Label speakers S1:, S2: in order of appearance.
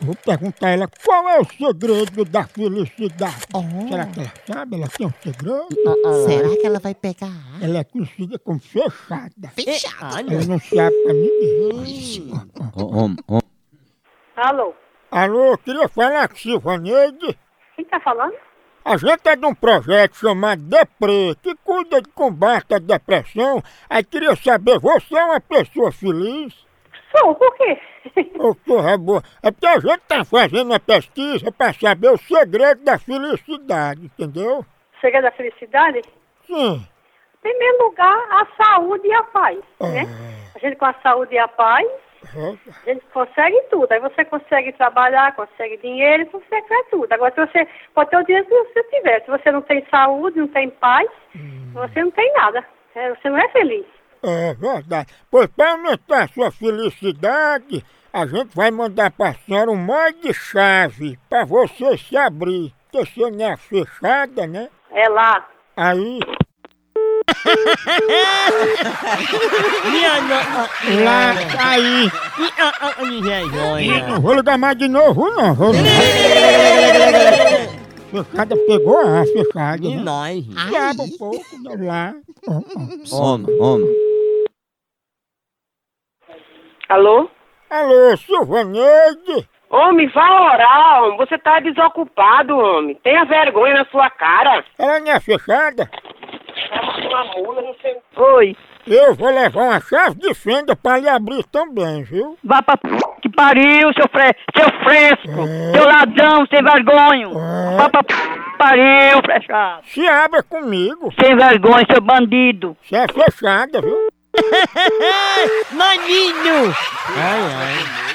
S1: Vou perguntar a ela qual é o segredo da felicidade.
S2: Oh.
S1: Será que ela sabe? Ela tem um segredo?
S2: Será que ela vai pegar?
S1: Ela é conhecida como fechada.
S2: Fechado.
S1: Ela não sabe pra ninguém.
S3: Alô?
S1: Alô, queria falar com Silvaneide.
S3: Quem tá falando?
S1: A gente é de um projeto chamado Depre, que cuida de combate à depressão. Aí queria saber, você é uma pessoa feliz?
S3: Sou, por quê?
S1: Ô, porra boa. É porque a gente tá fazendo uma pesquisa pra saber o segredo da felicidade, entendeu?
S3: Chega da felicidade? Em
S1: Sim.
S3: primeiro lugar, a saúde e a paz, né? A gente com a saúde e a paz,
S1: É.
S3: a gente consegue tudo. Aí você consegue trabalhar, consegue dinheiro, consegue fazer tudo. Agora, se você pode ter o dinheiro que você tiver. Se você não tem saúde, não tem paz, você não tem nada. É, Você não é feliz.
S1: É verdade. Pois para aumentar a sua felicidade, a gente vai mandar para a senhora um monte de chave para você se abrir. Porque você não é fechada, né?
S3: É lá.
S1: Aí,
S4: Minha no...
S1: lá, aí.
S4: Minha- ah, ah, minha
S1: E
S4: joia.
S1: não vou ligar mais de novo, não. Vou ligar. Fechada pegou a fechada.
S4: E
S1: né?
S4: nós.
S1: Acaba um pouco, né? Lá. Ó, ó.
S5: Homem, homem.
S3: Alô?
S1: Alô, Silvaneide?
S3: Homem, vá orar, homem. Você tá desocupado, homem. Tenha vergonha na sua cara.
S1: Ela não é fechada?
S3: Uma mula, não sei. Oi.
S1: Eu vou levar uma chave de fenda para lhe abrir também, viu?
S3: Vá pra p... que pariu, seu, fre... seu fresco, seu ladrão, sem vergonha. Vá pra p... que pariu, fechado.
S1: Se abra comigo.
S3: Sem vergonha, seu bandido.
S1: Você é fechada, viu?
S4: Maninho. Ai, ai.